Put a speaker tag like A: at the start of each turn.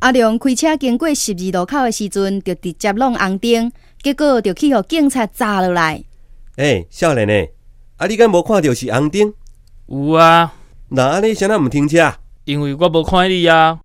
A: 阿良开车经过十二路口的时阵，就直接弄红灯，结果就去互警察砸落来。
B: 诶，哎少年诶，啊，你敢无看到是红灯？
C: 有啊，
B: 那安尼谁人毋停车？
C: 因为我无看你啊。